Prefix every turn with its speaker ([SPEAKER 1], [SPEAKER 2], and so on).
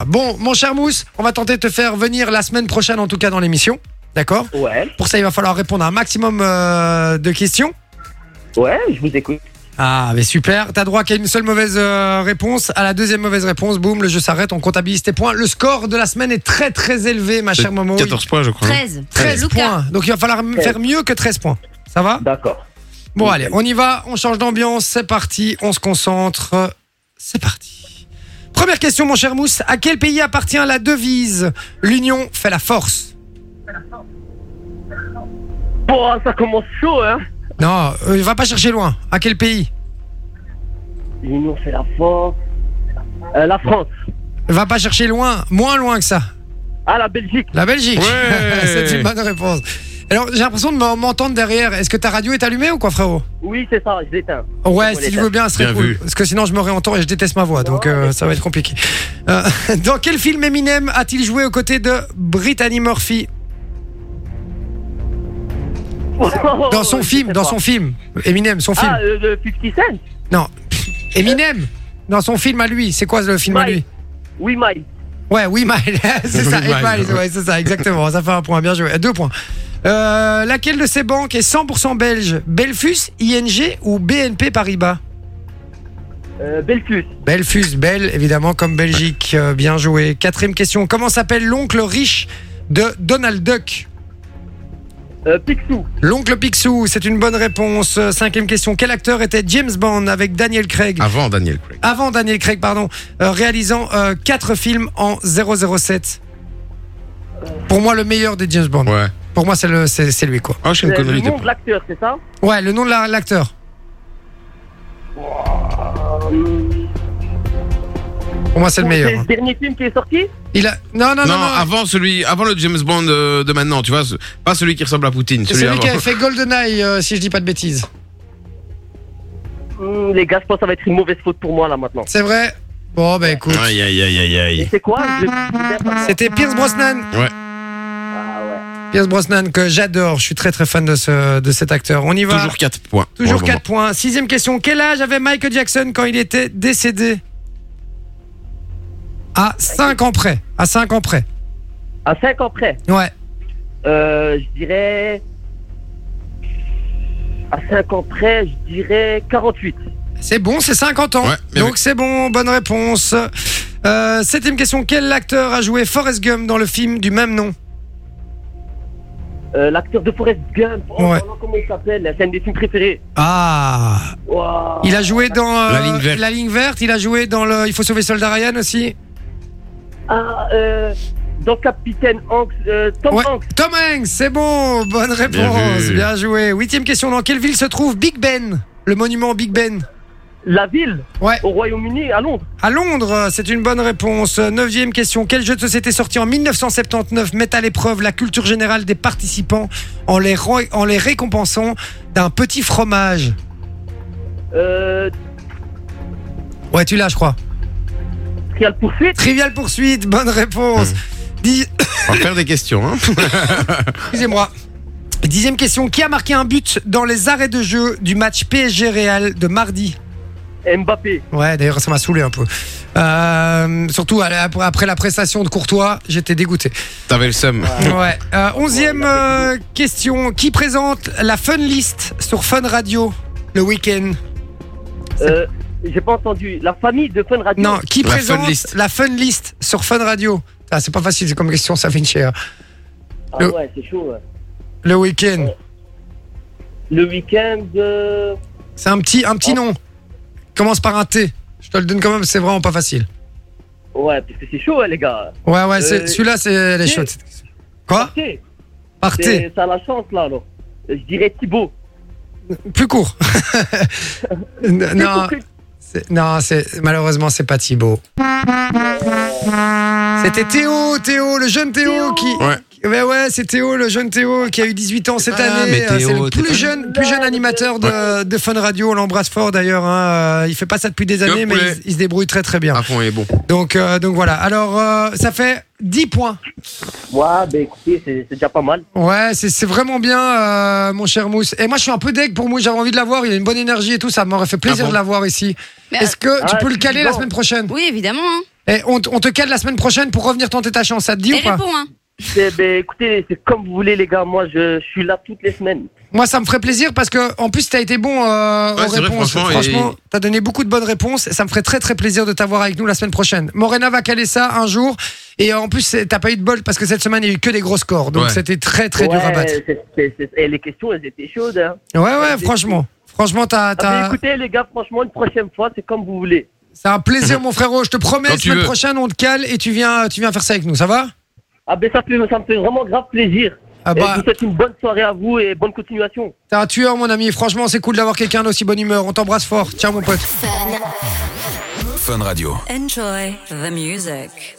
[SPEAKER 1] Ah Bon, mon cher Mousse, on va tenter de te faire venir la semaine prochaine, en tout cas dans l'émission. D'accord
[SPEAKER 2] Ouais,
[SPEAKER 1] Pour ça, il va falloir répondre à un maximum euh, de questions.
[SPEAKER 2] ouais, je vous écoute.
[SPEAKER 1] Ah, mais super. T'as droit qu'à une seule mauvaise euh, réponse. À la deuxième mauvaise réponse, boum, le jeu s'arrête, on comptabilise tes points. Le score de la semaine est très très élevé, ma chère Momo.
[SPEAKER 3] 14 points, je crois.
[SPEAKER 4] 13.
[SPEAKER 1] 13 points. Donc il va falloir m- faire mieux que 13 points. Ça va
[SPEAKER 2] D'accord.
[SPEAKER 1] Bon, allez, on y va, on change d'ambiance, c'est parti, on se concentre. C'est parti. Première question, mon cher Mousse. À quel pays appartient la devise L'union fait la force
[SPEAKER 2] Bon, Oh, ça commence chaud, hein.
[SPEAKER 1] Non, euh, va pas chercher loin. À quel pays
[SPEAKER 2] L'Union fait la force. Euh, la France.
[SPEAKER 1] Va pas chercher loin, moins loin que ça.
[SPEAKER 2] Ah, la Belgique.
[SPEAKER 1] La Belgique.
[SPEAKER 3] Ouais.
[SPEAKER 1] c'est une bonne réponse. Alors, j'ai l'impression de m'en- m'entendre derrière. Est-ce que ta radio est allumée ou quoi, frérot
[SPEAKER 2] Oui, c'est ça, je l'éteins.
[SPEAKER 1] Ouais,
[SPEAKER 2] Faut
[SPEAKER 1] si tu
[SPEAKER 2] l'éteindre.
[SPEAKER 1] veux bien, ce serait
[SPEAKER 3] Bien
[SPEAKER 1] cool.
[SPEAKER 3] vu.
[SPEAKER 1] Parce que sinon, je me réentends et je déteste ma voix, donc euh, ça va être compliqué. Euh, dans quel film Eminem a-t-il joué aux côtés de Brittany Murphy Dans son
[SPEAKER 2] Oh, Je
[SPEAKER 1] film,
[SPEAKER 2] sais
[SPEAKER 1] dans
[SPEAKER 2] pas.
[SPEAKER 1] son film. Eminem, son film.
[SPEAKER 2] Ah, euh, le 50 Cent
[SPEAKER 1] Non, Eminem, dans son film à lui. C'est quoi le film à
[SPEAKER 2] Mike.
[SPEAKER 1] lui
[SPEAKER 2] Oui, Mike.
[SPEAKER 1] Ouais, oui, Miles. c'est ça,
[SPEAKER 3] Oui,
[SPEAKER 1] et
[SPEAKER 3] Miles.
[SPEAKER 1] Miles, ouais, c'est ça, exactement. Ça fait un point, bien joué. Deux points. Euh, laquelle de ces banques est 100% belge Belfus, ING ou BNP Paribas
[SPEAKER 2] Euh, Belfus.
[SPEAKER 1] Belfus, Belle, évidemment, comme Belgique. Euh, bien joué. Quatrième question. Comment s'appelle l'oncle riche de Donald Duck
[SPEAKER 2] Euh, Picsou.
[SPEAKER 1] L'oncle Picsou, c'est une bonne réponse. Euh, Cinquième question. Quel acteur était James Bond avec Daniel Craig
[SPEAKER 3] Avant Daniel Craig.
[SPEAKER 1] Avant Daniel Craig, pardon, euh, réalisant euh, quatre films en 007. Pour moi, le meilleur des James Bond.
[SPEAKER 3] Ouais.
[SPEAKER 1] Pour moi, c'est le- c'est c'est lui, quoi.
[SPEAKER 3] Oh, je suis une
[SPEAKER 2] Euh, le
[SPEAKER 3] connerie de
[SPEAKER 2] nom de l'acteur, c'est ça
[SPEAKER 1] Ouais, le nom de la- l'acteur.
[SPEAKER 2] Euh,
[SPEAKER 1] Pour moi, c'est le
[SPEAKER 2] C'est
[SPEAKER 1] meilleur. hein.
[SPEAKER 2] le dernier film qui est sorti
[SPEAKER 1] Il a... Non, non, non,
[SPEAKER 3] Non,
[SPEAKER 1] non.
[SPEAKER 3] avant celui, avant le James Bond euh, de maintenant, tu vois, ce- pas celui qui ressemble à Poutine,
[SPEAKER 1] C'est
[SPEAKER 3] celui,
[SPEAKER 1] lui
[SPEAKER 3] avant.
[SPEAKER 1] qui avait fait GoldenEye, euh, si je dis pas de bêtises.
[SPEAKER 2] Hum, Les gars, je pense que ça va être une mauvaise faute pour moi, là, maintenant.
[SPEAKER 1] C'est vrai Bon, bah écoute.
[SPEAKER 3] Aïe aïe aïe aïe
[SPEAKER 2] Et
[SPEAKER 3] aïe.
[SPEAKER 2] c'est quoi le-
[SPEAKER 1] C'était Pierce Brosnan.
[SPEAKER 2] Ah, ouais.
[SPEAKER 1] Pierce Brosnan, que j'adore. Je suis très, très fan de, ce, de cet acteur. On y va.
[SPEAKER 3] Toujours 4 points. pour
[SPEAKER 1] Toujours
[SPEAKER 3] le moment.
[SPEAKER 1] 4 points. Sixième question. Quel âge avait Michael Jackson quand il était décédé À 5 ans près. À 5 ans près.
[SPEAKER 2] À 5 ans près.
[SPEAKER 1] Ouais.
[SPEAKER 2] Euh, je dirais. À 5 ans près, je dirais 48.
[SPEAKER 1] C'est bon, c'est 50 ans.
[SPEAKER 3] Ouais, bien
[SPEAKER 1] Donc c'est bon, bonne réponse. Euh, septième question. Quel acteur a joué Forrest Gump dans le film du même nom
[SPEAKER 2] Euh, L'acteur de Forrest Gump. Oh,
[SPEAKER 1] Ouais.
[SPEAKER 2] non, comment il s'appelle C'est un des films préférés.
[SPEAKER 1] Ah
[SPEAKER 2] Waouh.
[SPEAKER 1] Il a joué dans euh,
[SPEAKER 3] La ligne verte.
[SPEAKER 1] La ligne verte, Il a joué dans le. Il faut sauver Soldat Ryan aussi.
[SPEAKER 2] Ah, euh, dans Capitaine Hanks. euh, Tom
[SPEAKER 1] Ouais.
[SPEAKER 2] Hanks.
[SPEAKER 1] Tom Hanks, c'est bon. Bonne réponse.
[SPEAKER 3] vu.
[SPEAKER 1] Bien joué. Huitième question. Dans quelle ville se trouve Big Ben Le monument Big Ben.
[SPEAKER 2] La ville.
[SPEAKER 1] Ouais.
[SPEAKER 2] Au Royaume-Uni, à Londres.
[SPEAKER 1] À Londres, euh, c'est une bonne réponse. Euh, Neuvième question. Quel jeu de société sorti en 1979 met à l'épreuve la culture générale des participants en les, ro- en les récompensant d'un petit fromage
[SPEAKER 2] Euh,
[SPEAKER 1] Ouais, tu l'as, je crois.
[SPEAKER 2] Trial Poursuite.
[SPEAKER 1] Trivial poursuite, bonne réponse. Dix-
[SPEAKER 3] On va faire des questions. Hein.
[SPEAKER 1] Excusez-moi. Dixième question. Qui a marqué un but dans les arrêts de jeu du match PSG Real de mardi
[SPEAKER 2] Mbappé.
[SPEAKER 1] Ouais, d'ailleurs, ça m'a saoulé un peu. Euh, surtout à la- après la prestation de Courtois, j'étais dégoûté.
[SPEAKER 3] T'avais le seum.
[SPEAKER 1] Ouais. Euh, onzième
[SPEAKER 2] Ouais, la
[SPEAKER 1] euh, question. Qui présente la Fun List sur Fun Radio le week-end
[SPEAKER 2] Euh, J'ai pas entendu. La famille de Fun Radio.
[SPEAKER 1] Non, qui
[SPEAKER 3] La Fun
[SPEAKER 1] présente
[SPEAKER 3] List.
[SPEAKER 1] la Fun List sur Fun Radio ah, C'est pas facile, c'est comme question, ça fait une chair.
[SPEAKER 2] Ah
[SPEAKER 1] le-
[SPEAKER 2] ouais, c'est chaud. ouais.
[SPEAKER 1] Le week-end.
[SPEAKER 2] Le week-end. euh,
[SPEAKER 1] C'est un petit, un
[SPEAKER 2] Ah.
[SPEAKER 1] petit nom. Commence par un T. Je te le donne quand même, c'est vraiment pas facile.
[SPEAKER 2] Ouais, parce que c'est chaud, hein, les gars.
[SPEAKER 1] Ouais, ouais, c'est-
[SPEAKER 2] Euh,
[SPEAKER 1] celui-là, c'est les
[SPEAKER 2] T.
[SPEAKER 1] chaudes. cette question. Quoi
[SPEAKER 2] Partez.
[SPEAKER 1] Par T.
[SPEAKER 2] C'est- Ça a la chance, là, alors. Je dirais Thibaut.
[SPEAKER 1] Plus court. N- non,
[SPEAKER 2] Thibaut,
[SPEAKER 1] c'est- non c'est- malheureusement, c'est pas Thibaut. C'était Théo, Théo, le jeune Théo,
[SPEAKER 4] Théo.
[SPEAKER 1] qui.
[SPEAKER 3] Ouais.
[SPEAKER 1] Ouais, ouais, c'est Théo, le jeune Théo qui a eu 18 ans cette
[SPEAKER 3] Ah,
[SPEAKER 1] année.
[SPEAKER 3] mais
[SPEAKER 1] Euh, C'est
[SPEAKER 3] Théo,
[SPEAKER 1] le
[SPEAKER 3] t'es
[SPEAKER 1] plus
[SPEAKER 3] pas-
[SPEAKER 1] jeune, plus jeune animateur de, de Fun Radio. On l'embrasse fort d'ailleurs. hein. Euh, Il fait pas ça depuis des
[SPEAKER 3] Le
[SPEAKER 1] années, mais
[SPEAKER 3] poulet. Ah.
[SPEAKER 1] il, il se débrouille très très bien.
[SPEAKER 3] À fond, il est bon.
[SPEAKER 1] Donc, euh, donc voilà. Alors, euh, ça fait 10 points.
[SPEAKER 2] Ouais, ben écoutez, c'est c'est déjà pas mal.
[SPEAKER 1] Ouais, c'est c'est vraiment bien, euh, mon cher Mousse. Et moi, je suis un peu deg pour Mousse. J'avais envie de l'avoir. Il a une bonne énergie et tout. Ça m'aurait fait plaisir
[SPEAKER 3] Ah bon
[SPEAKER 1] de l'avoir ici.
[SPEAKER 4] Mais,
[SPEAKER 1] Est-ce que
[SPEAKER 2] ah,
[SPEAKER 1] tu peux le
[SPEAKER 2] tu
[SPEAKER 1] caler la
[SPEAKER 2] dis
[SPEAKER 1] semaine prochaine
[SPEAKER 4] Oui, évidemment. hein.
[SPEAKER 1] Eh, on, t- on te cale la semaine prochaine pour revenir tenter ta chance, ça te dit
[SPEAKER 4] Et
[SPEAKER 1] ou pas
[SPEAKER 4] réponds, hein.
[SPEAKER 2] Eh ben, écoutez, c'est comme vous voulez, les gars. Moi, je, je suis là toutes les semaines.
[SPEAKER 1] Moi, ça me ferait plaisir parce que, en plus, t'as été bon euh,
[SPEAKER 3] Ouais,
[SPEAKER 1] aux
[SPEAKER 3] c'est vrai,
[SPEAKER 1] réponses.
[SPEAKER 3] franchement, et-
[SPEAKER 1] t'as donné beaucoup de bonnes réponses. Et ça me ferait très, très plaisir de t'avoir avec nous la semaine prochaine. Morena va caler ça un jour. Et euh, en plus, c'est- t'as pas eu de bol parce que cette semaine, il y a eu que des gros scores. Donc,
[SPEAKER 3] Ouais.
[SPEAKER 1] c'était très, très
[SPEAKER 2] ouais,
[SPEAKER 1] dur à battre.
[SPEAKER 2] c'est- c'est- c'est- et les questions, elles étaient chaudes. Hein.
[SPEAKER 1] Ouais, ouais, franchement. Franchement, t'as,
[SPEAKER 2] Ah, mais
[SPEAKER 1] t'as-
[SPEAKER 2] écoutez, les gars, franchement, une prochaine fois, c'est comme vous voulez.
[SPEAKER 1] c'est un plaisir, mon frérot. Je te promets,
[SPEAKER 3] Quand
[SPEAKER 1] la
[SPEAKER 3] tu
[SPEAKER 1] semaine
[SPEAKER 3] veux.
[SPEAKER 1] prochaine, on te cale et tu viens, tu viens faire ça avec nous. Ça va?
[SPEAKER 2] Ah, ben, ça, fait- ça me fait vraiment grave plaisir.
[SPEAKER 1] Ah
[SPEAKER 2] Et
[SPEAKER 1] bah,
[SPEAKER 2] je vous souhaite une bonne soirée à vous et bonne continuation.
[SPEAKER 1] t'es un tueur, mon ami. Franchement, c'est cool d'avoir quelqu'un d'aussi bonne humeur. On t'embrasse fort. Ciao, mon pote.
[SPEAKER 5] Fun Radio.
[SPEAKER 6] Enjoy the music.